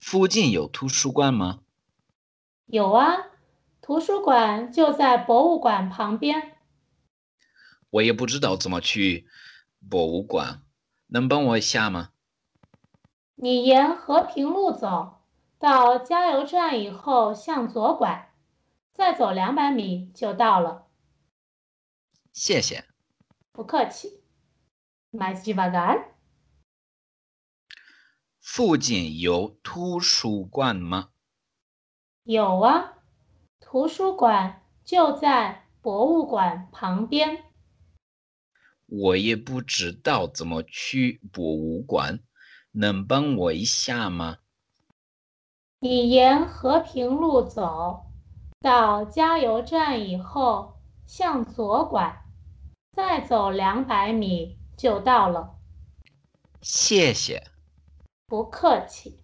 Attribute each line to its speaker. Speaker 1: 附近有图书馆吗？
Speaker 2: 有啊，图书馆就在博物馆旁边。
Speaker 1: 我也不知道怎么去博物馆，能帮我一下吗？
Speaker 2: 你沿和平路走，到加油站以后向左拐，再走两百米就到了。
Speaker 1: 谢谢。
Speaker 2: 不客气。Mais devagar。
Speaker 1: 附近有图书馆吗？
Speaker 2: 有啊，图书馆就在博物馆旁边。
Speaker 1: 我也不知道怎么去博物馆，能帮我一下吗？
Speaker 2: 你沿和平路走，到加油站以后向左拐，再走两百米就到了。
Speaker 1: 谢谢。
Speaker 2: 不客气。